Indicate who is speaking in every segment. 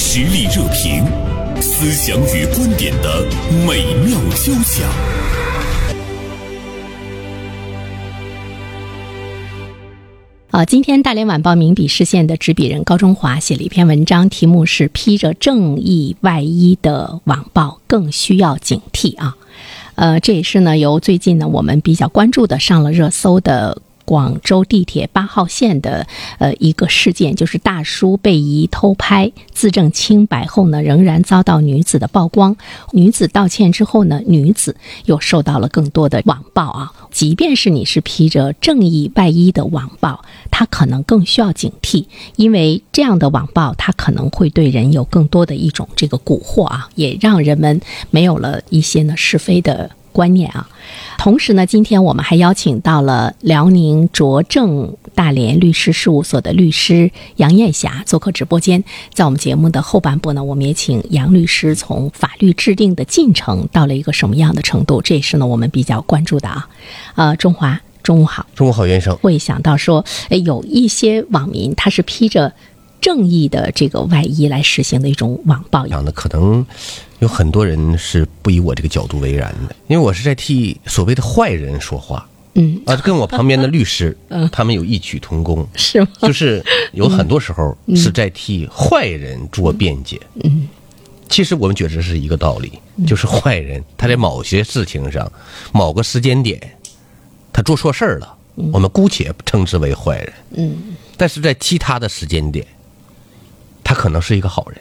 Speaker 1: 实力热评，思想与观点的美妙交响。
Speaker 2: 呃，今天《大连晚报》名笔视线的执笔人高中华写了一篇文章，题目是“披着正义外衣的网暴更需要警惕”啊。呃，这也是呢由最近呢我们比较关注的上了热搜的。广州地铁八号线的呃一个事件，就是大叔被疑偷拍，自证清白后呢，仍然遭到女子的曝光。女子道歉之后呢，女子又受到了更多的网暴啊。即便是你是披着正义外衣的网暴，他可能更需要警惕，因为这样的网暴，它可能会对人有更多的一种这个蛊惑啊，也让人们没有了一些呢是非的。观念啊，同时呢，今天我们还邀请到了辽宁卓正大连律师事务所的律师杨艳霞做客直播间。在我们节目的后半部呢，我们也请杨律师从法律制定的进程到了一个什么样的程度，这也是呢我们比较关注的啊。呃，中华，中午好，
Speaker 3: 中午好，袁生。
Speaker 2: 会想到说，哎，有一些网民他是披着正义的这个外衣来实行的一种网暴，
Speaker 3: 讲的可能有很多人是不以我这个角度为然的，因为我是在替所谓的坏人说话
Speaker 2: 嗯，
Speaker 3: 啊，跟我旁边的律师， 他们有异曲同工，
Speaker 2: 是吗？
Speaker 3: 就是有很多时候是在替坏人做辩解。嗯，其实我们觉得这是一个道理，就是坏人他在某些事情上、某个时间点，他做错事儿了，我们姑且称之为坏人。嗯，但是在其他的时间点，他可能是一个好人。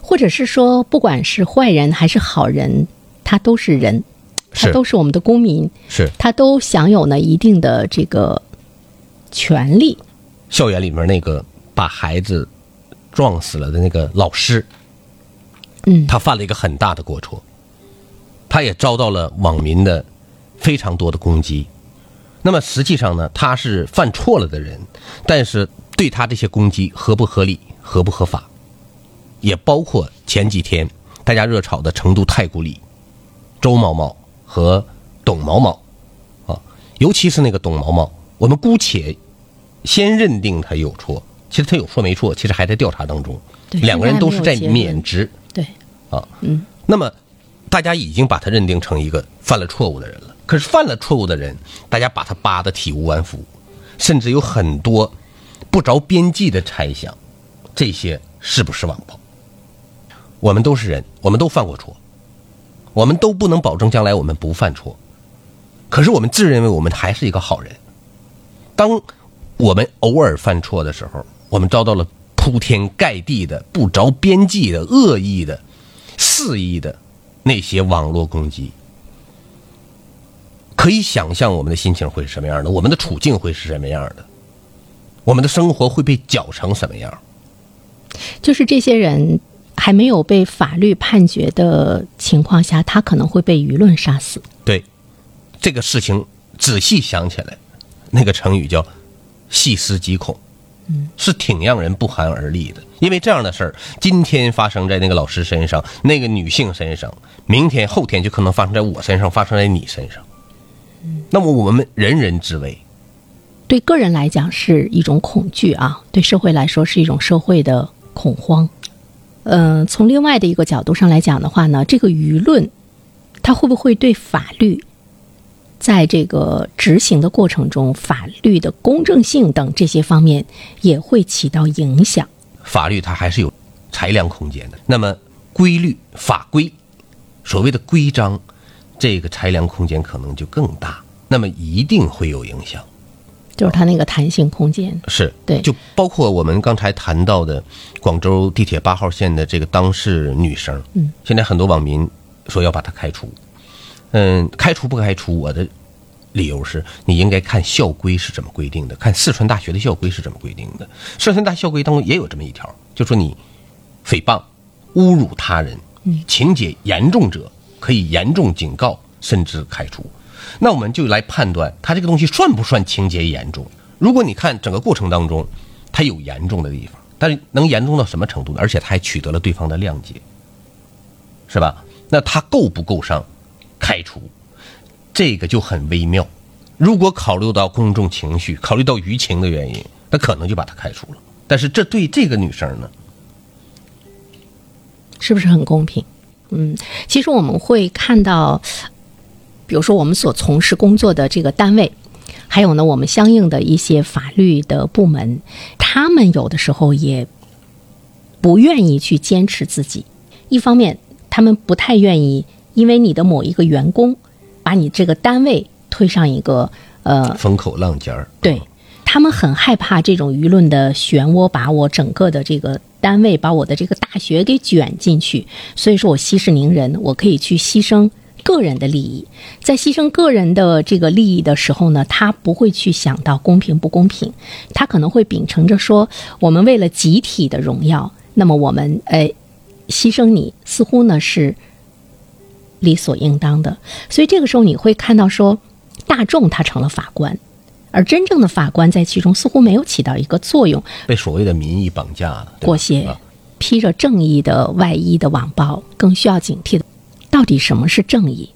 Speaker 2: 或者是说，不管是坏人还是好人，他都是人，他
Speaker 3: 是
Speaker 2: 都是我们的公民，
Speaker 3: 是
Speaker 2: 他都享有呢一定的这个权利。
Speaker 3: 校园里面那个把孩子撞死了的那个老师，
Speaker 2: 嗯
Speaker 3: 他犯了一个很大的过错，他也遭到了网民的非常多的攻击。那么实际上呢，他是犯错了的人，但是对他这些攻击合不合理、合不合法，也包括前几天大家热炒的成都太古里周毛毛和董毛毛啊，尤其是那个董毛毛，我们姑且先认定他有错，其实他有错没错，其实还在调查当中。
Speaker 2: 对
Speaker 3: 两个人都是在
Speaker 2: 现在还没有结论
Speaker 3: 免职
Speaker 2: 对，
Speaker 3: 啊。嗯。那么，大家已经把他认定成一个犯了错误的人了。可是犯了错误的人，大家把他扒得体无完肤，甚至有很多不着边际的猜想，这些是不是网暴？我们都是人，我们都犯过错，我们都不能保证将来我们不犯错。可是我们自认为我们还是一个好人。当我们偶尔犯错的时候，我们遭到了铺天盖地的、不着边际的、恶意的、肆意的那些网络攻击。可以想象我们的心情会是什么样的，我们的处境会是什么样的，我们的生活会被搅成什么样。
Speaker 2: 就是这些人还没有被法律判决的情况下，他可能会被舆论杀死。
Speaker 3: 对，这个事情仔细想起来，那个成语叫“细思极恐”，是挺让人不寒而栗的。因为这样的事儿，今天发生在那个老师身上，那个女性身上，明天、后天就可能发生在我身上，发生在你身上。那么我们人人自危，
Speaker 2: 对个人来讲是一种恐惧啊，对社会来说是一种社会的恐慌。嗯、从另外的一个角度上来讲的话呢，这个舆论，它会不会对法律，在这个执行的过程中，法律的公正性等这些方面也会起到影响？
Speaker 3: 法律它还是有裁量空间的。那么规律、法规，所谓的规章，这个裁量空间可能就更大，那么一定会有影响。
Speaker 2: 就是它那个弹性空间。
Speaker 3: 是
Speaker 2: 对
Speaker 3: 就包括我们刚才谈到的广州地铁八号线的这个当事女生，嗯，现在很多网民说要把她开除，嗯，开除不开除，我的理由是你应该看校规是怎么规定的，看四川大学的校规是怎么规定的。四川大学校规当中也有这么一条，就说你诽谤、侮辱他人，情节严重者可以严重警告甚至开除。那我们就来判断他这个东西算不算情节严重。如果你看整个过程当中，他有严重的地方，但是能严重到什么程度呢？而且他还取得了对方的谅解，是吧？那他够不够上开除？这个就很微妙。如果考虑到公众情绪，考虑到舆情的原因，那可能就把他开除了。但是这对这个女生呢，
Speaker 2: 是不是很公平？嗯，其实我们会看到，比如说我们所从事工作的这个单位，还有呢，我们相应的一些法律的部门，他们有的时候也不愿意去坚持自己。一方面，他们不太愿意因为你的某一个员工，把你这个单位推上一个呃
Speaker 3: 风口浪尖儿。
Speaker 2: 对他们很害怕这种舆论的漩涡把我整个的这个单位，把我的这个大学给卷进去。所以说我息事宁人，我可以去牺牲个人的利益。在牺牲个人的这个利益的时候呢，他不会去想到公平不公平，他可能会秉承着说，我们为了集体的荣耀，那么我们呃牺牲你，似乎呢是理所应当的。所以这个时候你会看到说，大众他成了法官。而真正的法官在其中似乎没有起到一个作用，
Speaker 3: 被所谓的民意绑架了，对吧
Speaker 2: 裹挟
Speaker 3: 啊、
Speaker 2: 披着正义的外衣的网暴更需要警惕的。到底什么是正义？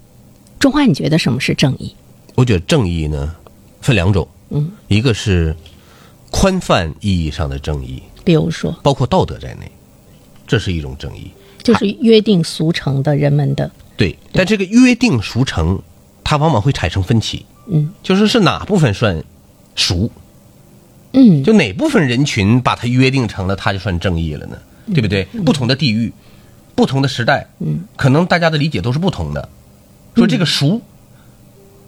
Speaker 2: 中华，你觉得什么是正义？
Speaker 3: 我觉得正义呢分两种，嗯，一个是宽泛意义上的正义，
Speaker 2: 比如说，
Speaker 3: 包括道德在内，这是一种正义。
Speaker 2: 就是
Speaker 3: 啊
Speaker 2: 约定俗成的人们的，
Speaker 3: 对，但这个约定俗成，它往往会产生分歧。
Speaker 2: 嗯，
Speaker 3: 就是是哪部分算俗，
Speaker 2: 嗯，
Speaker 3: 就哪部分人群把它约定成了，它就算正义了呢？对不对？不同的地域，不同的时代，嗯，可能大家的理解都是不同的。说这个俗，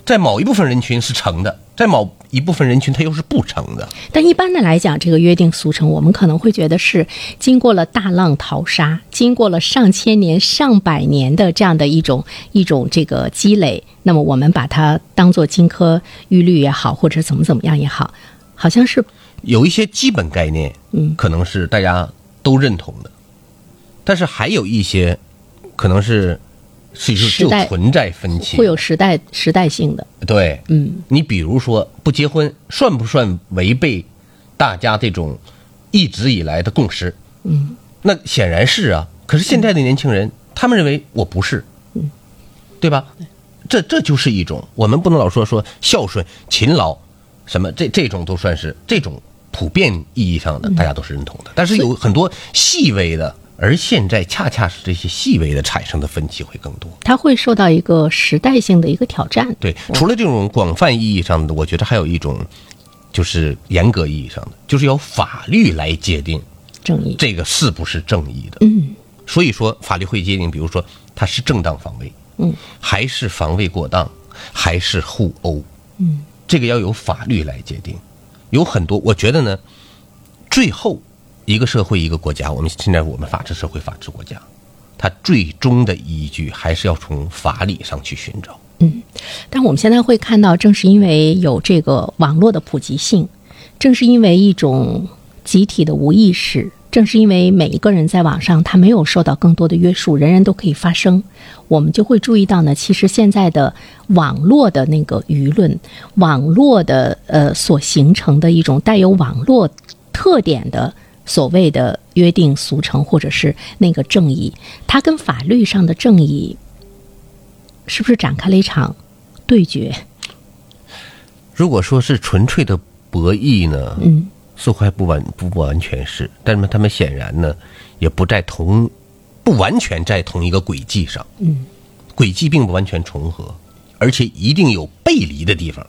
Speaker 3: 在某一部分人群是成的，在某一部分人群它又是不成的。
Speaker 2: 但一般的来讲，这个约定俗成，我们可能会觉得是经过了大浪淘沙，经过了上千年、上百年的这样的一种一种这个积累，那么我们把它当做金科玉律也好，或者怎么怎么样也好，好像是
Speaker 3: 有一些基本概念，嗯，可能是大家都认同的，但是还有一些可能是是就
Speaker 2: 时
Speaker 3: 就
Speaker 2: 代
Speaker 3: 存在分歧，
Speaker 2: 会有时代时代性的。
Speaker 3: 对，嗯，你比如说不结婚算不算违背大家这种一直以来的共识？嗯，那显然是啊。可是现在的年轻人，他们认为我不是，嗯，对吧？这这就是一种我们不能老说说孝顺、勤劳，什么这这种都算是这种普遍意义上的大家都是认同的，但是有很多细微的，而现在恰恰是这些细微的产生的分歧会更多。
Speaker 2: 它会受到一个时代性的一个挑战。
Speaker 3: 对，除了这种广泛意义上的，我觉得还有一种，就是严格意义上的，就是由法律来界定
Speaker 2: 正义，
Speaker 3: 这个是不是正义的。嗯，所以说法律会界定，比如说它是正当防卫，嗯，还是防卫过当，还是互殴，嗯，这个要由法律来界定。有很多，我觉得呢，最后一个社会一个国家，我们现在我们法治社会法治国家，它最终的依据还是要从法理上去寻找。
Speaker 2: 但我们现在会看到，正是因为有这个网络的普及性，正是因为一种集体的无意识，正是因为每一个人在网上他没有受到更多的约束，人人都可以发声，我们就会注意到呢，其实现在的网络的那个舆论，网络的呃所形成的一种带有网络特点的。所谓的约定俗成，或者是那个正义，它跟法律上的正义，是不是展开了一场对决？
Speaker 3: 如果说是纯粹的博弈呢，嗯，似乎还不完不完全是，但是他们显然呢，也不在同，不完全在同一个轨迹上，嗯，轨迹并不完全重合，而且一定有背离的地方，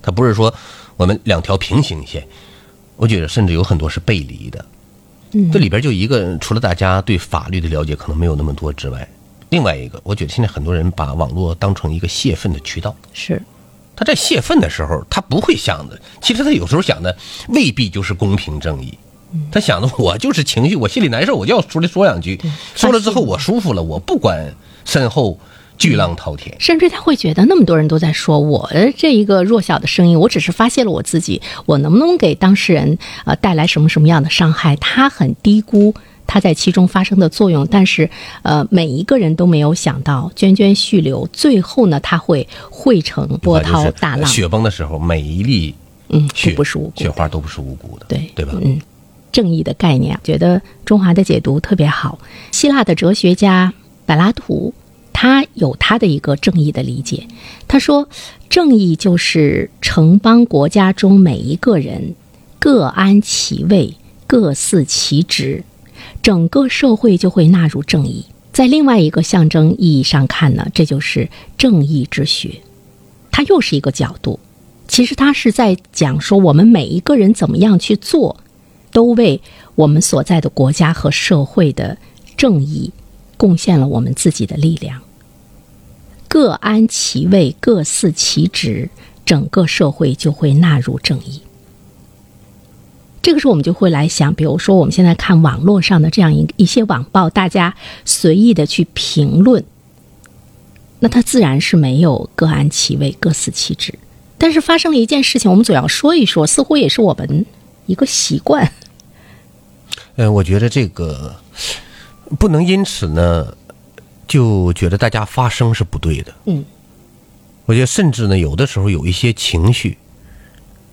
Speaker 3: 它不是说我们两条平行线，我觉得甚至有很多是背离的，嗯，这里边就一个，除了大家对法律的了解可能没有那么多之外，另外一个，我觉得现在很多人把网络当成一个泄愤的渠道，
Speaker 2: 是，
Speaker 3: 他在泄愤的时候，他不会想的，其实他有时候想的未必就是公平正义。
Speaker 2: 嗯
Speaker 3: 他想的，我就是情绪，我心里难受，我就要出来说两句，说了之后我舒服了，我不管身后巨浪滔天。
Speaker 2: 甚至他会觉得那么多人都在说我呃这一个弱小的声音，我只是发泄了我自己，我能不能给当事人呃带来什么什么样的伤害？他很低估他在其中发生的作用，但是呃每一个人都没有想到涓涓细流，最后呢它会汇成波
Speaker 3: 啊
Speaker 2: 涛
Speaker 3: 就是
Speaker 2: 大浪，
Speaker 3: 雪崩的时候，每一粒
Speaker 2: 嗯，
Speaker 3: 雪
Speaker 2: 都不是无辜
Speaker 3: 雪
Speaker 2: 的。
Speaker 3: 花都不是无辜的，
Speaker 2: 对
Speaker 3: 对吧？
Speaker 2: 嗯，正义的概念，觉得中华的解读特别好。希腊的哲学家柏拉图，他有他的一个正义的理解。他说，正义就是城邦国家中每一个人各安其位，各司其职，整个社会就会纳入正义。在另外一个象征意义上看呢，这就是正义之学，它又是一个角度。其实它是在讲说，我们每一个人怎么样去做，都为我们所在的国家和社会的正义贡献了我们自己的力量。各安其位，各司其职，整个社会就会纳入正义。这个时候，我们就会来想，比如说我们现在看网络上的这样一一些网报，大家随意的去评论，那它自然是没有各安其位、各司其职。但是发生了一件事情，我们总要说一说，似乎也是我们一个习惯。
Speaker 3: 嗯，我觉得这个不能因此呢。就觉得大家发声是不对的。
Speaker 2: 嗯，
Speaker 3: 我觉得甚至呢，有的时候有一些情绪，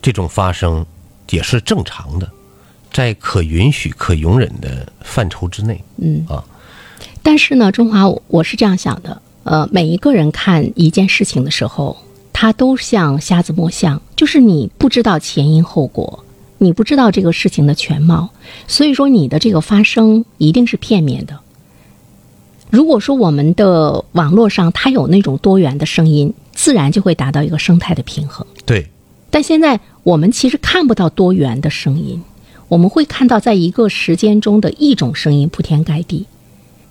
Speaker 3: 这种发声也是正常的，在可允许、可容忍的范畴之内。
Speaker 2: 嗯
Speaker 3: 啊，
Speaker 2: 但是呢，中华，我我是这样想的，呃，每一个人看一件事情的时候，他都像瞎子摸象，就是你不知道前因后果，你不知道这个事情的全貌，所以说你的这个发声一定是片面的。如果说我们的网络上它有那种多元的声音，自然就会达到一个生态的平衡。
Speaker 3: 对，
Speaker 2: 但现在我们其实看不到多元的声音，我们会看到在一个时间中的一种声音铺天盖地，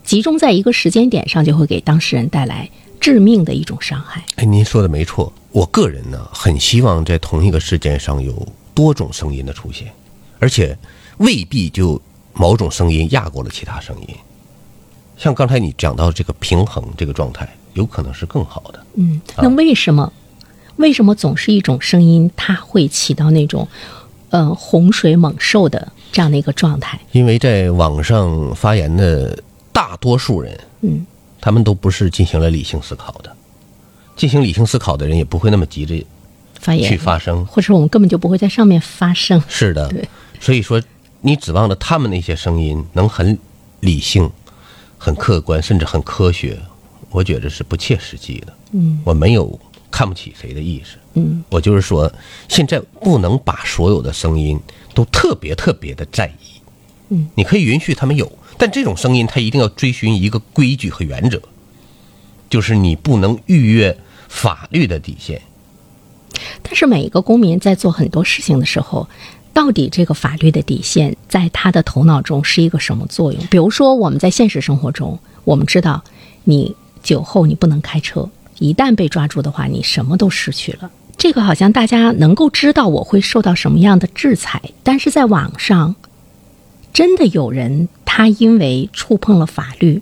Speaker 2: 集中在一个时间点上，就会给当事人带来致命的一种伤害。
Speaker 3: 哎，您说的没错。我个人呢，很希望在同一个事件上有多种声音的出现，而且未必就某种声音压过了其他声音。像刚才你讲到这个平衡这个状态，有可能是更好的。
Speaker 2: 嗯，那为什么？为什么总是一种声音，它会起到那种，呃，洪水猛兽的这样的一个状态？
Speaker 3: 因为在网上发言的大多数人，
Speaker 2: 嗯，
Speaker 3: 他们都不是进行了理性思考的，进行理性思考的人也不会那么急着
Speaker 2: 发言
Speaker 3: 去发声。
Speaker 2: 或者我们根本就不会在上面发声。
Speaker 3: 是的
Speaker 2: 对，
Speaker 3: 所以说你指望着他们那些声音能很理性、很客观，甚至很科学，我觉得是不切实际的。嗯，我没有看不起谁的意识。嗯，我就是说，现在不能把所有的声音都特别特别的在意。嗯，你可以允许他们有，但这种声音它一定要追寻一个规矩和原则，就是你不能逾越法律的底线。
Speaker 2: 但是每一个公民在做很多事情的时候，到底这个法律的底线在他的头脑中是一个什么作用？比如说，我们在现实生活中，我们知道你酒后你不能开车，一旦被抓住的话，你什么都失去了。这个好像大家能够知道我会受到什么样的制裁，但是在网上，真的有人他因为触碰了法律，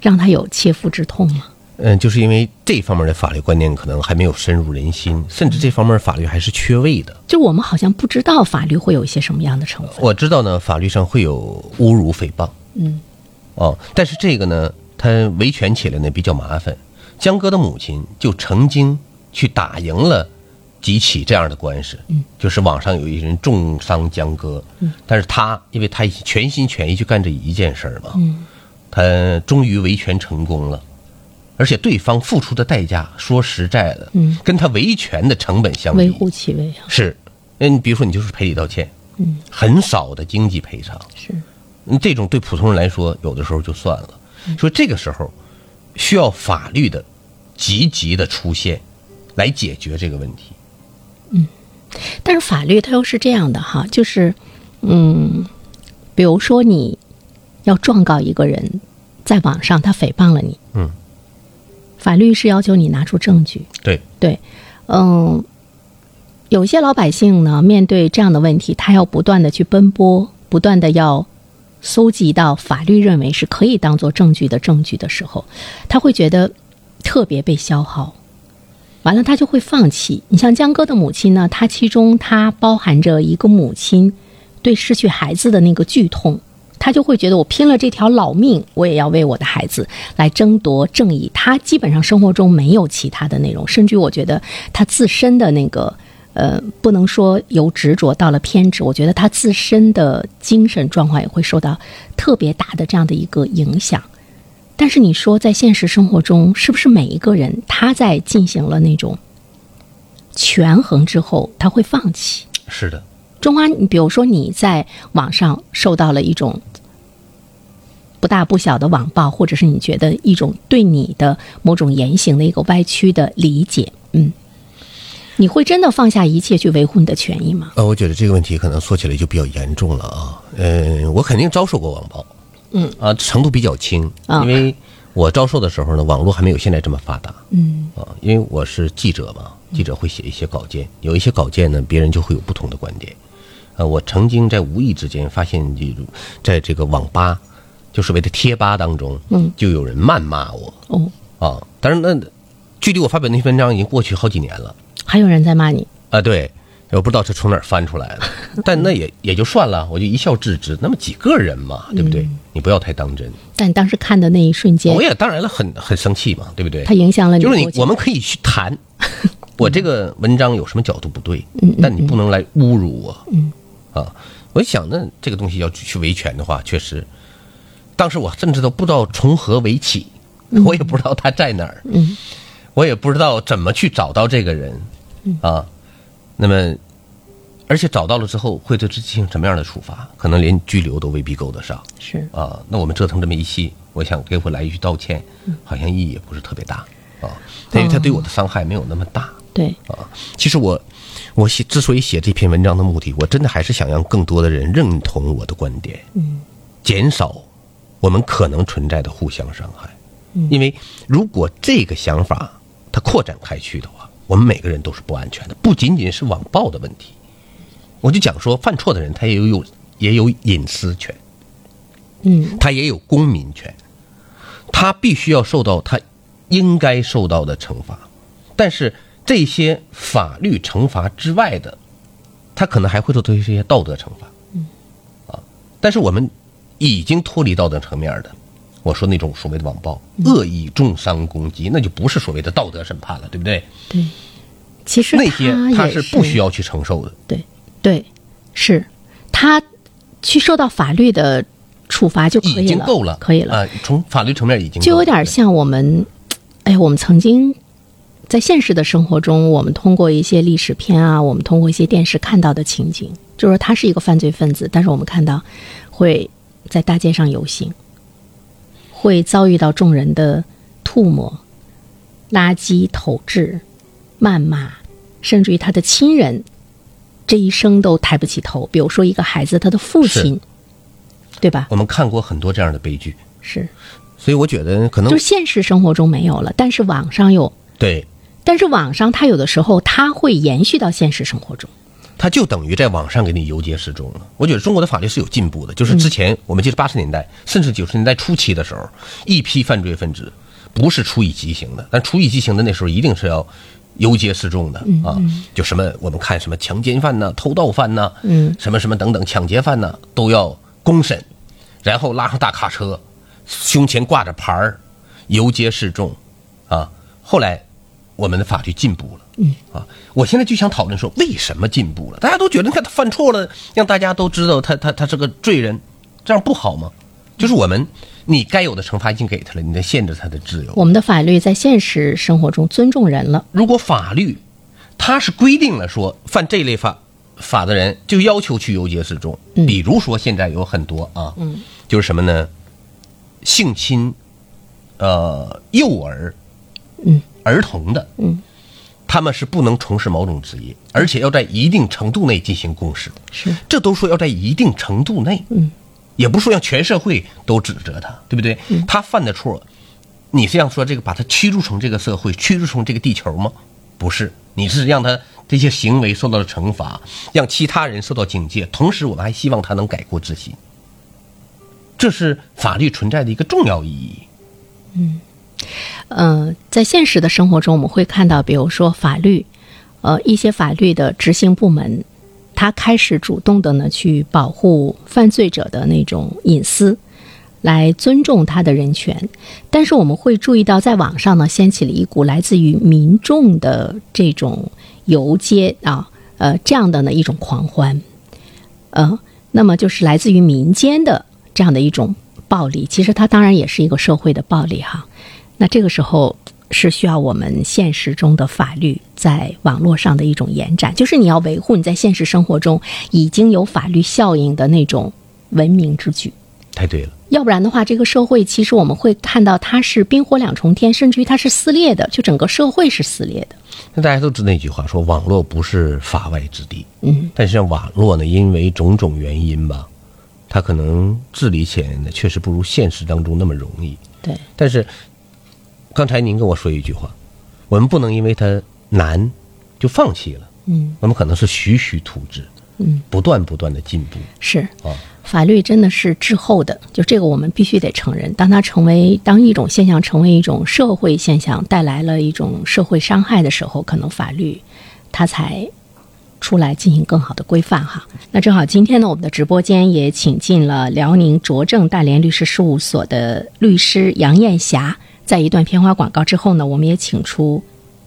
Speaker 2: 让他有切肤之痛吗？
Speaker 3: 嗯，就是因为这方面的法律观念可能还没有深入人心，甚至这方面法律还是缺位的。
Speaker 2: 就我们好像不知道法律会有一些什么样的惩罚。
Speaker 3: 我知道呢，法律上会有侮辱、诽谤，嗯，哦，但是这个呢，它维权起来呢比较麻烦。江歌的母亲就曾经去打赢了几起这样的官司，嗯，就是网上有一人重伤江歌，嗯，但是他因为他全心全意去干这一件事儿嘛，嗯，他终于维权成功了。而且对方付出的代价，说实在的，嗯，跟他维权的成本相比，
Speaker 2: 微乎其微啊，
Speaker 3: 是，嗯，比如说你就是赔礼道歉，嗯，很少的经济赔偿，
Speaker 2: 是。
Speaker 3: 嗯这种对普通人来说，有的时候就算了。所以这个时候需要法律的积极的出现，来解决这个问题。
Speaker 2: 但是法律它又是这样的哈，就是，嗯，比如说你要状告一个人，在网上他诽谤了你，
Speaker 3: 嗯，
Speaker 2: 法律是要求你拿出证据，
Speaker 3: 对，
Speaker 2: 对，嗯，有些老百姓呢，面对这样的问题，他要不断的去奔波，不断的要搜集到法律认为是可以当做证据的证据的时候，他会觉得特别被消耗，完了他就会放弃。你像江歌的母亲呢，她其中它包含着一个母亲对失去孩子的那个剧痛。他就会觉得我拼了这条老命，我也要为我的孩子来争夺正义。他基本上生活中没有其他的内容，甚至于我觉得他自身的那个呃，不能说由执着到了偏执，我觉得他自身的精神状况也会受到特别大的这样的一个影响。但是你说在现实生活中，是不是每一个人他在进行了那种权衡之后，他会放弃？
Speaker 3: 是的，
Speaker 2: 中华，你比如说你在网上受到了一种不大不小的网暴，或者是你觉得一种对你的某种言行的一个歪曲的理解，嗯，你会真的放下一切去维护你的权益吗？
Speaker 3: 呃，我觉得这个问题可能说起来就比较严重了啊。嗯、我肯定遭受过网暴，
Speaker 2: 嗯
Speaker 3: 啊，程度比较轻，
Speaker 2: 啊
Speaker 3: 因为我遭受的时候呢，网络还没有现在这么发达，
Speaker 2: 嗯
Speaker 3: 啊，因为我是记者嘛，记者会写一些稿件，有一些稿件呢，别人就会有不同的观点。呃，我曾经在无意之间发现，就在这个网吧，就所谓的贴吧当中，
Speaker 2: 嗯，
Speaker 3: 就有人谩骂我
Speaker 2: 哦，
Speaker 3: 啊。但是那距离我发表那篇文章已经过去好几年了
Speaker 2: 还有人在骂你，
Speaker 3: 啊，对，我不知道是从哪儿翻出来的，但那也也就算了，我就一笑置之。那么几个人嘛，对不对？你不要太当真。
Speaker 2: 但你当时看的那一瞬间
Speaker 3: 我，也当然了很很生气嘛，对不对？
Speaker 2: 它影响了你
Speaker 3: 就
Speaker 2: 多
Speaker 3: 是
Speaker 2: 久，
Speaker 3: 你，我们可以去 谈，我这个文章有什么角度不对，
Speaker 2: 嗯
Speaker 3: 但你不能来侮辱我。嗯，啊，我想呢，这个东西要去维权的话，确实，当时我甚至都不知道从何为起，我也不知道他在哪儿，
Speaker 2: 嗯，
Speaker 3: 我也不知道怎么去找到这个人，
Speaker 2: 嗯
Speaker 3: 啊，那么。而且找到了之后，会对之进行什么样的处罚？可能连拘留都未必够得上
Speaker 2: 是
Speaker 3: 啊！那我们折腾这么一期，我想给我来一句道歉，好像意义也不是特别大啊，因为他对我的伤害没有那么大
Speaker 2: 对，
Speaker 3: 啊。其实我，我写之所以写这篇文章的目的，我真的还是想让更多的人认同我的观点，嗯，减少我们可能存在的互相伤害。因为如果这个想法它扩展开去的话，我们每个人都是不安全的，不仅仅是网暴的问题。我就讲说，犯错的人他也有有也有隐私权，
Speaker 2: 嗯
Speaker 3: 他也有公民权，他必须要受到他应该受到的惩罚。但是这些法律惩罚之外的，他可能还会受到一些道德惩罚。嗯，啊，但是我们已经脱离道德层面的，我说那种所谓的网暴、
Speaker 2: 嗯
Speaker 3: 恶意重伤攻击，那就不是所谓的道德审判了，对不对？
Speaker 2: 对，其实
Speaker 3: 那些
Speaker 2: 他
Speaker 3: 他
Speaker 2: 也
Speaker 3: 是不需要去承受的。
Speaker 2: 对对，是他去受到法律的处罚就可
Speaker 3: 已
Speaker 2: 以
Speaker 3: 经
Speaker 2: 了，
Speaker 3: 够了，
Speaker 2: 可以了，
Speaker 3: 啊、从法律层面已经
Speaker 2: 就
Speaker 3: 够
Speaker 2: 有
Speaker 3: 了
Speaker 2: 点像我们，哎，我们曾经在现实的生活中，我们通过一些历史片啊，我们通过一些电视看到的情景，就是说他是一个犯罪分子，但是我们看到会在大街上游行，会遭遇到众人的吐沫、垃圾投掷、谩骂，甚至于他的亲人这一生都抬不起头。比如说一个孩子，他的父
Speaker 3: 是
Speaker 2: 亲，对吧？
Speaker 3: 我们看过很多这样的悲剧，
Speaker 2: 是，
Speaker 3: 所以我觉得可能
Speaker 2: 就是现实生活中没有了，但是网上有。
Speaker 3: 对，
Speaker 2: 但是网上它有的时候它会延续到现实生活中，
Speaker 3: 它就等于在网上给你游街示众了。我觉得中国的法律是有进步的，就是之前我们记得八十年代甚至九十年代初期的时候，一批犯罪分子不是处以极刑的，但处以极刑的那时候一定是要游街示众的啊，就什么我们看什么强奸犯呐、偷盗犯呐、
Speaker 2: 嗯，
Speaker 3: 什么什么等等抢劫犯呐、都要公审，然后拉上大卡车，胸前挂着牌儿，游街示众，啊，后来我们的法律进步了，嗯，啊，我现在就想讨论说为什么进步了？大家都觉得你看他犯错了，让大家都知道他他他是个罪人，这样不好吗？就是我们你该有的惩罚已经给他了，你在限制他的自由。
Speaker 2: 我们的法律在现实生活中尊重人了，
Speaker 3: 如果法律它是规定了说犯这类法法的人就要求去游街示众，
Speaker 2: 嗯
Speaker 3: 比如说现在有很多啊，就是什么呢？性侵，呃，幼儿，
Speaker 2: 嗯，
Speaker 3: 儿童的，
Speaker 2: 嗯，
Speaker 3: 他们是不能从事某种职业，而且要在一定程度内进行公示，
Speaker 2: 是
Speaker 3: 这都说要在一定程度内，嗯，也不是说让全社会都指责他，对不对？
Speaker 2: 嗯
Speaker 3: 他犯的错，你是让说这个把他驱逐从这个社会，驱逐从这个地球吗？不是，你是让他这些行为受到了惩罚，让其他人受到警戒，同时我们还希望他能改过自新，这是法律存在的一个重要意义。
Speaker 2: 呃，在现实的生活中，我们会看到，比如说法律，呃，一些法律的执行部门，它开始主动的呢去保护犯罪者的那种隐私，来尊重他的人权。但是我们会注意到，在网上呢掀起了一股来自于民众的这种游街啊，呃，这样的呢一种狂欢，呃，那么就是来自于民间的这样的一种暴力。其实它当然也是一个社会的暴力哈。那这个时候是需要我们现实中的法律在网络上的一种延展，就是你要维护你在现实生活中已经有法律效应的那种文明之举。
Speaker 3: 太对了，
Speaker 2: 要不然的话，这个社会其实我们会看到它是冰火两重天，甚至于它是撕裂的，就整个社会是撕裂的。
Speaker 3: 那大家都知道那句话，说网络不是法外之地。嗯，但是网络呢，因为种种原因吧，它可能治理起来呢，确实不如现实当中那么容易。
Speaker 2: 对，
Speaker 3: 但是刚才您跟我说一句话，我们不能因为它难就放弃了。
Speaker 2: 嗯，
Speaker 3: 我们可能是徐徐图之，
Speaker 2: 嗯，
Speaker 3: 不断不断的进步。
Speaker 2: 是
Speaker 3: 哦
Speaker 2: 法律真的是滞后的，就这个我们必须得承认。当它成为当一种现象成为一种社会现象，带来了一种社会伤害的时候，可能法律它才出来进行更好的规范哈。那正好今天呢，我们的直播间也请进了辽宁卓正大连律师事务所的律师杨艳霞。在一段片花广告之后呢，我们也请出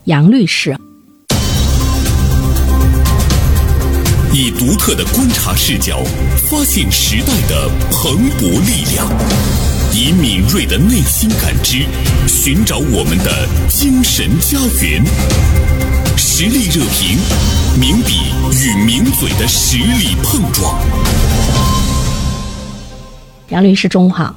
Speaker 2: 杨律师。
Speaker 1: 以独特的观察视角，发现时代的蓬勃力量；以敏锐的内心感知，寻找我们的精神家园。实力热评，名笔与名嘴的实力碰撞。
Speaker 2: 杨律师中午好。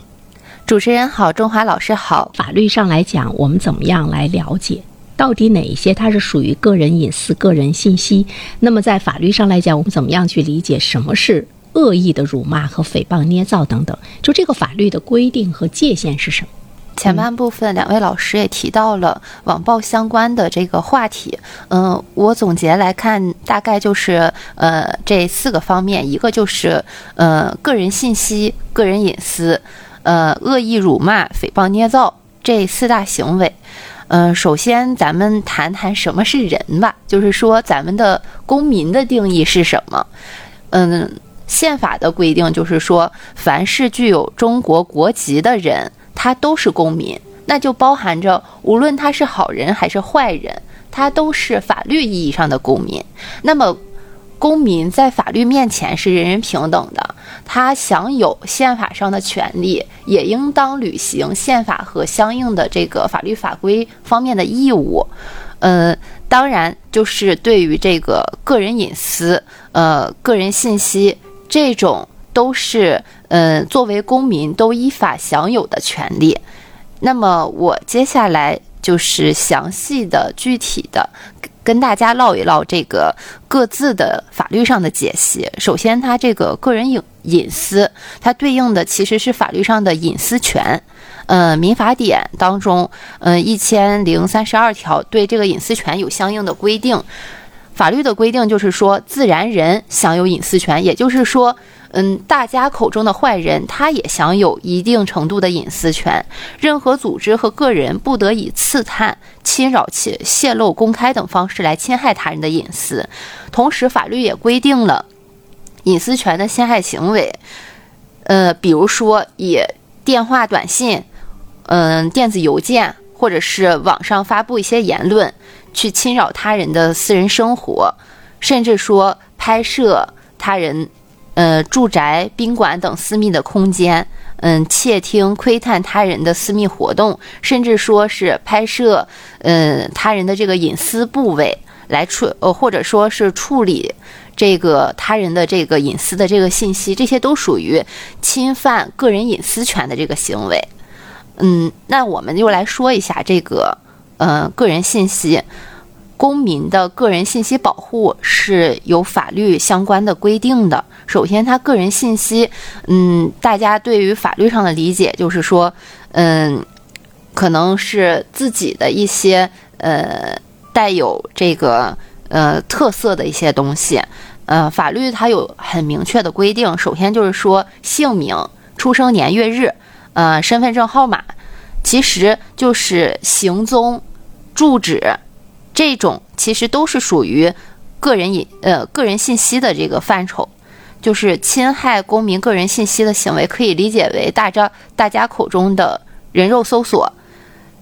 Speaker 4: 主持人好，中华老师好。
Speaker 2: 法律上来讲，我们怎么样来了解？到底哪一些它是属于个人隐私、个人信息？那么在法律上来讲，我们怎么样去理解什么是恶意的辱骂和诽谤、捏造等等？就这个法律的规定和界限是什么？
Speaker 4: 前半部分两位老师也提到了网暴相关的这个话题，嗯、我总结来看，大概就是呃这四个方面，一个就是呃个人信息、个人隐私，呃恶意辱骂、诽谤、捏造这四大行为。嗯、首先咱们谈谈什么是人吧，就是说咱们的公民的定义是什么？嗯，宪法的规定就是说，凡是具有中国国籍的人，他都是公民，那就包含着无论他是好人还是坏人，他都是法律意义上的公民。那么，公民在法律面前是人人平等的，他享有宪法上的权利，也应当履行宪法和相应的这个法律法规方面的义务。呃，当然就是对于这个个人隐私、呃个人信息这种，都是嗯、呃作为公民都依法享有的权利。那么我接下来就是详细的、具体的跟大家唠一唠这个各自的法律上的解析。首先，它这个个人隐隐私，它对应的其实是法律上的隐私权。呃，民法典当中，呃，一千零三十二条对这个隐私权有相应的规定。法律的规定就是说，自然人享有隐私权，也就是说，嗯，大家口中的坏人，他也享有一定程度的隐私权。任何组织和个人不得以刺探、侵扰、且泄露、公开等方式来侵害他人的隐私。同时，法律也规定了隐私权的侵害行为，呃，比如说以电话、短信、嗯、电子邮件，或者是网上发布一些言论，去侵扰他人的私人生活，甚至说拍摄他人呃住宅、宾馆等私密的空间，嗯，窃听、窥探他人的私密活动，甚至说是拍摄嗯他人的这个隐私部位来处呃，或者说是处理。这个他人的这个隐私的这个信息，这些都属于侵犯个人隐私权的这个行为。嗯，那我们就来说一下这个呃个人信息。公民的个人信息保护是有法律相关的规定的。首先，他个人信息，嗯，大家对于法律上的理解就是说，嗯，可能是自己的一些呃带有这个呃特色的一些东西。呃，法律它有很明确的规定，首先就是说姓名、出生年月日、呃身份证号码，其实就是行踪、住址这种，其实都是属于个人隐呃个人信息的这个范畴。就是侵害公民个人信息的行为，可以理解为大家大家口中的人肉搜索，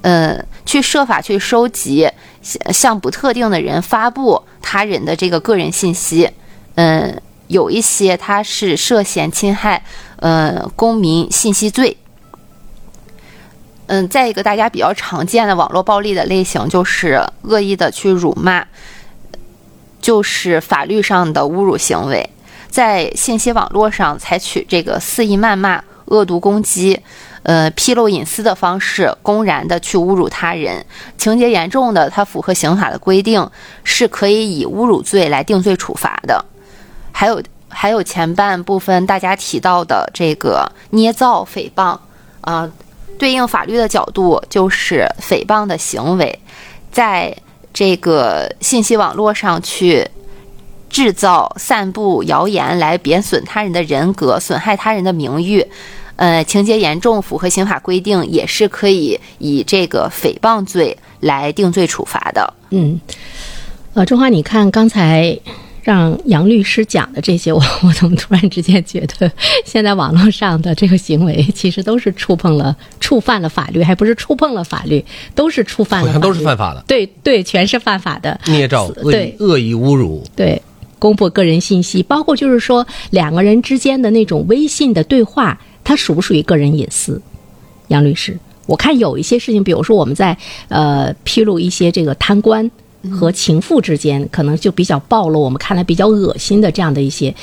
Speaker 4: 嗯，去设法去收集向向不特定的人发布他人的这个个人信息，嗯，有一些他是涉嫌侵害呃公民信息罪。嗯，再一个大家比较常见的网络暴力的类型就是恶意的去辱骂，就是法律上的侮辱行为，在信息网络上采取这个肆意谩骂恶毒攻击。呃，披露隐私的方式，公然的去侮辱他人，情节严重的，它符合刑法的规定，是可以以侮辱罪来定罪处罚的。还有还有前半部分大家提到的这个捏造、诽谤啊、对应法律的角度就是诽谤的行为，在这个信息网络上去制造、散布谣言来贬损他人的人格，损害他人的名誉。呃，情节严重，符合刑法规定，也是可以以这个诽谤罪来定罪处罚的。
Speaker 2: 嗯，呃，中华，你看刚才让杨律师讲的这些，我我怎么突然之间觉得，现在网络上的这个行为，其实都是触碰了、触犯了法律，还不是触碰了法律，都是触犯了
Speaker 3: 好
Speaker 2: 法律，
Speaker 3: 像都是犯法的，
Speaker 2: 对对，全是犯法的。
Speaker 3: 捏造、恶意
Speaker 2: 对
Speaker 3: 恶意侮辱，
Speaker 2: 对，公布个人信息，包括就是说两个人之间的那种微信的对话，它属不属于个人隐私？杨律师，我看有一些事情，比如说我们在呃披露一些这个贪官。和情妇之间可能就比较暴露，我们看来比较恶心的这样的一些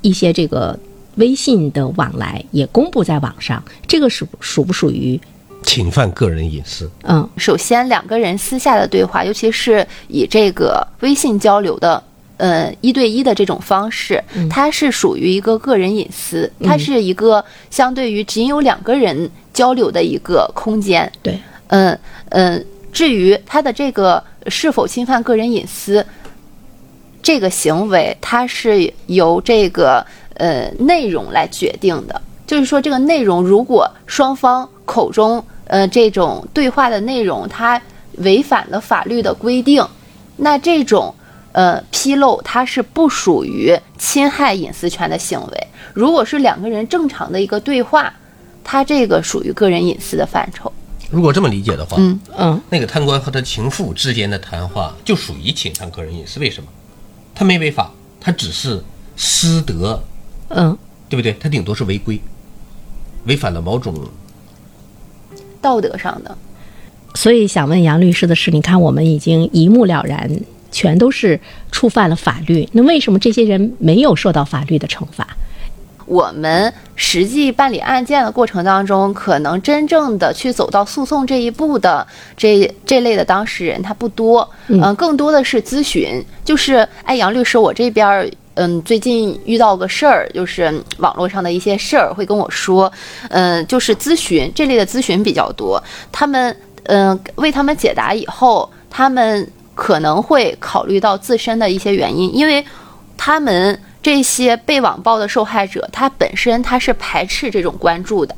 Speaker 2: 一些这个微信的往来也公布在网上，这个属属不属于
Speaker 3: 侵犯个人隐私。
Speaker 2: 嗯
Speaker 4: 首先，两个人私下的对话，尤其是以这个微信交流的。呃，一对一的这种方式，它是属于一个个人隐私，它是一个相对于仅有两个人交流的一个空间。
Speaker 2: 对
Speaker 4: 嗯嗯，至于他的这个是否侵犯个人隐私，这个行为它是由这个呃内容来决定的。就是说，这个内容如果双方口中呃这种对话的内容，它违反了法律的规定，那这种呃披露它是不属于侵害隐私权的行为。如果是两个人正常的一个对话，它这个属于个人隐私的范畴。
Speaker 3: 如果这么理解的话，
Speaker 4: 嗯
Speaker 2: 嗯
Speaker 3: 那个贪官和他情妇之间的谈话就属于侵犯个人隐私，为什么？他没违法，他只是失德，
Speaker 2: 嗯
Speaker 3: 对不对？他顶多是违规，违反了某种
Speaker 4: 道德上的。
Speaker 2: 所以想问杨律师的是，你看我们已经一目了然，全都是触犯了法律。那为什么这些人没有受到法律的惩罚？
Speaker 4: 我们实际办理案件的过程当中，可能真正的去走到诉讼这一步的这这类的当事人他不多，嗯、更多的是咨询，就是哎，杨律师，我这边儿嗯，最近遇到个事儿，就是嗯网络上的一些事儿会跟我说，嗯，就是咨询这类的咨询比较多，他们嗯为他们解答以后，他们可能会考虑到自身的一些原因，因为他们这些被网暴的受害者，他本身他是排斥这种关注的。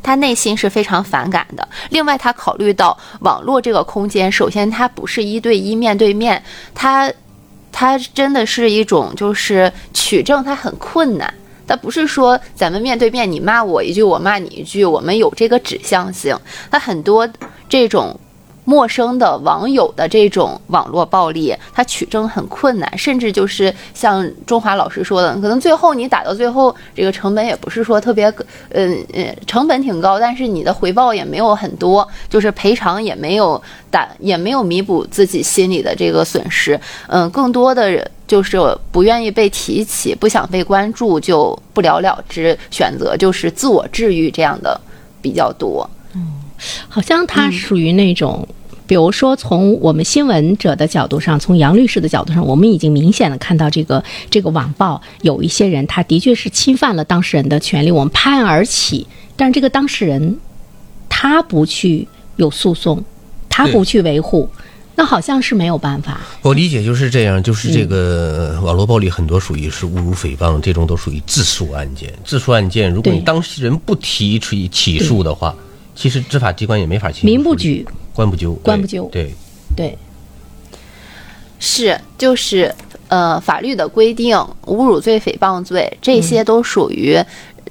Speaker 4: 他内心是非常反感的。另外，他考虑到网络这个空间，首先它不是一对一面对面，它它真的是一种就是取证，它很困难。它不是说咱们面对面你骂我一句，我骂你一句，我们有这个指向性。它很多这种陌生的网友的这种网络暴力，它取证很困难，甚至就是像中华老师说的，可能最后你打到最后，这个成本也不是说特别，嗯嗯，成本挺高，但是你的回报也没有很多，就是赔偿也没有打，也没有弥补自己心里的这个损失，嗯，更多的。就是不愿意被提起，不想被关注，就不了了之，选择就是自我治愈这样的比较多。
Speaker 2: 好像他属于那种，比如说从我们新闻者的角度上，从杨律师的角度上，我们已经明显的看到这个这个网暴有一些人，他的确是侵犯了当事人的权利，我们拍案而起，但是这个当事人他不去有诉讼，他
Speaker 3: 对
Speaker 2: 不去维护，那好像是没有办法。
Speaker 3: 我理解就是这样，就是这
Speaker 2: 嗯
Speaker 3: 个网络暴力很多属于是侮辱、诽谤，这种都属于自诉案件。自诉案件，如果你
Speaker 2: 对
Speaker 3: 当事人不提出起诉的话，其实执法机关也没法起诉。
Speaker 2: 民不举，
Speaker 3: 官不究，
Speaker 2: 官不究
Speaker 3: 对，
Speaker 2: 对，
Speaker 4: 是，就是呃，法律的规定，侮辱罪、诽谤罪，这些都属于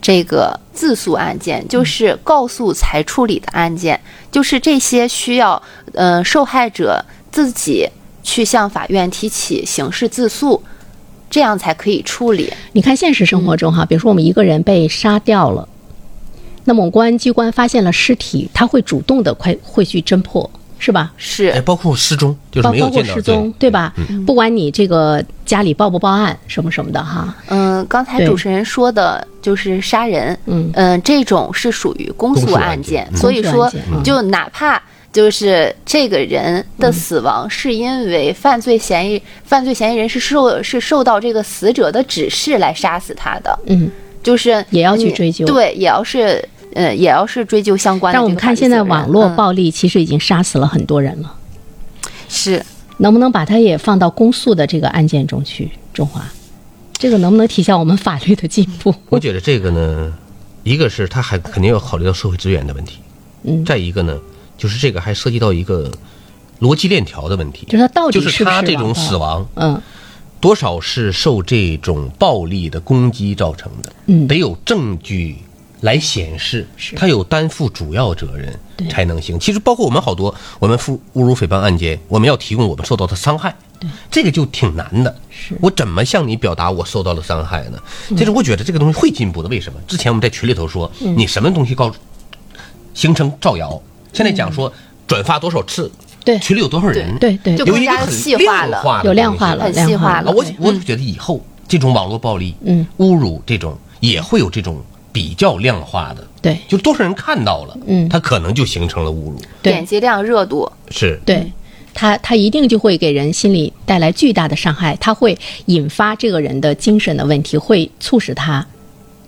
Speaker 4: 这个自诉案件，就是告诉才处理的案件，就是这些需要呃受害者自己去向法院提起刑事自诉，这样才可以处理。
Speaker 2: 你看现实生活中哈，比如说我们一个人被杀掉了，那么公安机关发现了尸体，他会主动的快会去侦破，是吧？
Speaker 3: 哎，
Speaker 4: 是
Speaker 3: 包括失踪，就是
Speaker 2: 包
Speaker 3: 没有
Speaker 2: 包括
Speaker 3: 见到
Speaker 2: 失踪，对吧？不管你这个家里报不报案什么什么的哈，
Speaker 4: 嗯，刚才
Speaker 2: 对
Speaker 4: 主持人说的就是杀人，
Speaker 2: 嗯
Speaker 4: 这种是属于公
Speaker 3: 公
Speaker 4: 诉
Speaker 3: 诉案
Speaker 4: 案件
Speaker 3: 件，嗯
Speaker 4: 所以
Speaker 2: 公诉
Speaker 4: 说
Speaker 2: 案件嗯
Speaker 4: 就哪怕。就是这个人的死亡是因为犯罪嫌疑、犯罪嫌疑人是受是受到这个死者的指示来杀死他的，
Speaker 2: 嗯。
Speaker 4: 就是
Speaker 2: 也要去
Speaker 4: 你
Speaker 2: 追究
Speaker 4: 对，也要是呃，也要是追究相关的
Speaker 2: 让
Speaker 4: 这
Speaker 2: 我
Speaker 4: 个法律责
Speaker 2: 们看现
Speaker 4: 任。
Speaker 2: 在网络
Speaker 4: 嗯
Speaker 2: 暴力其实已经杀死了很多人了，
Speaker 4: 是
Speaker 2: 能不能把它也放到公诉的这个案件中去？中华，这个能不能体现我们法律的进步？
Speaker 3: 我觉得这个呢，一个是他还肯定要考虑到社会资源的问题，
Speaker 2: 嗯
Speaker 3: 再一个呢，就是这个还涉及到一个逻辑链条的问题，
Speaker 2: 就是他到底
Speaker 3: 就是
Speaker 2: 不是
Speaker 3: 他这种
Speaker 2: 网暴
Speaker 3: 死，亡
Speaker 2: 嗯
Speaker 3: 多少是受这种暴力的攻击造成的，
Speaker 2: 嗯
Speaker 3: 得有证据来显示
Speaker 2: 是
Speaker 3: 他有担负主要责任
Speaker 2: 对
Speaker 3: 才能行。其实包括我们好多我们负侮辱诽谤案件，我们要提供我们受到的伤害，这个就挺难的。
Speaker 2: 是嗯
Speaker 3: 我怎么向你表达我受到了伤害呢？这是我觉得这个东西会进步的。为什么？之前我们在群里头说，你什么东西告形成造谣，现在讲说转发多少次，
Speaker 2: 嗯对
Speaker 3: 群里有多少人，
Speaker 2: 对对
Speaker 4: 就
Speaker 3: 有一个
Speaker 4: 更加
Speaker 3: 很
Speaker 4: 细
Speaker 3: 量
Speaker 4: 化了
Speaker 3: 化的
Speaker 2: 有量
Speaker 3: 东西
Speaker 2: 化了，
Speaker 4: 很细
Speaker 2: 量
Speaker 4: 化
Speaker 3: 啊，
Speaker 2: 了，
Speaker 3: 我我就觉得以后这种网络暴力、
Speaker 2: 嗯
Speaker 3: 侮辱这种也会有这种比较量化的，
Speaker 2: 对
Speaker 3: 就多少人看到了，
Speaker 2: 嗯
Speaker 3: 他可能就形成了侮辱，
Speaker 4: 点
Speaker 2: 对
Speaker 4: 击量、热度，
Speaker 3: 是
Speaker 2: 对。他他一定就会给人心里带来巨大的伤害，他会引发这个人的精神的问题，会促使他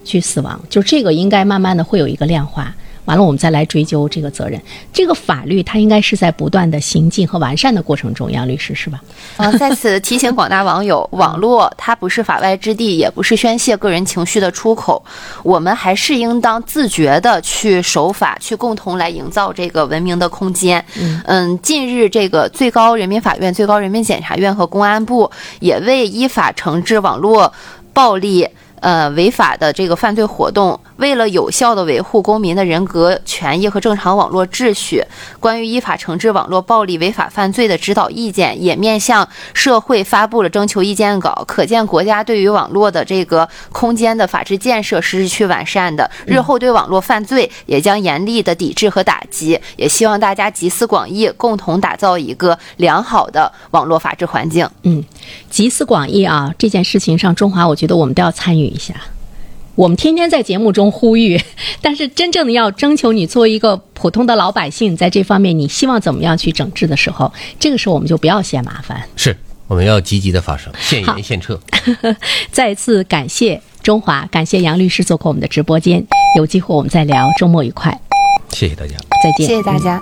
Speaker 2: 去死亡。就这个应该慢慢的会有一个量化，完了我们再来追究这个责任。这个法律它应该是在不断的行进和完善的过程中，杨律师是吧？
Speaker 4: 呃，在此提醒广大网友，网络它不是法外之地，也不是宣泄个人情绪的出口，我们还是应当自觉的去守法，去共同来营造这个文明的空间。嗯，近日这个最高人民法院、最高人民检察院和公安部也为依法惩治网络暴力。呃，违法的这个犯罪活动，为了有效的维护公民的人格权益和正常网络秩序，关于依法惩治网络暴力违法犯罪的指导意见也面向社会发布了征求意见稿，可见国家对于网络的这个空间的法治建设是日趋完善的。日后对网络犯罪也将严厉的抵制和打击，也希望大家集思广益，共同打造一个良好的网络法治环境。
Speaker 2: 集思广益啊，这件事情上，中华我觉得我们都要参与一下。我们天天在节目中呼吁， 但是真正的要征求你作为一个普通的老百姓，在这方面你希望怎么样去整治的时候，这个时候我们就不要嫌麻烦。
Speaker 3: 是，我们要积极的发声，献言献策。
Speaker 2: 再次感谢中华，感谢杨律师做客我们的直播间，有机会我们再聊。周末愉快，
Speaker 3: 谢谢大家。
Speaker 2: 再见。
Speaker 4: 谢谢大家。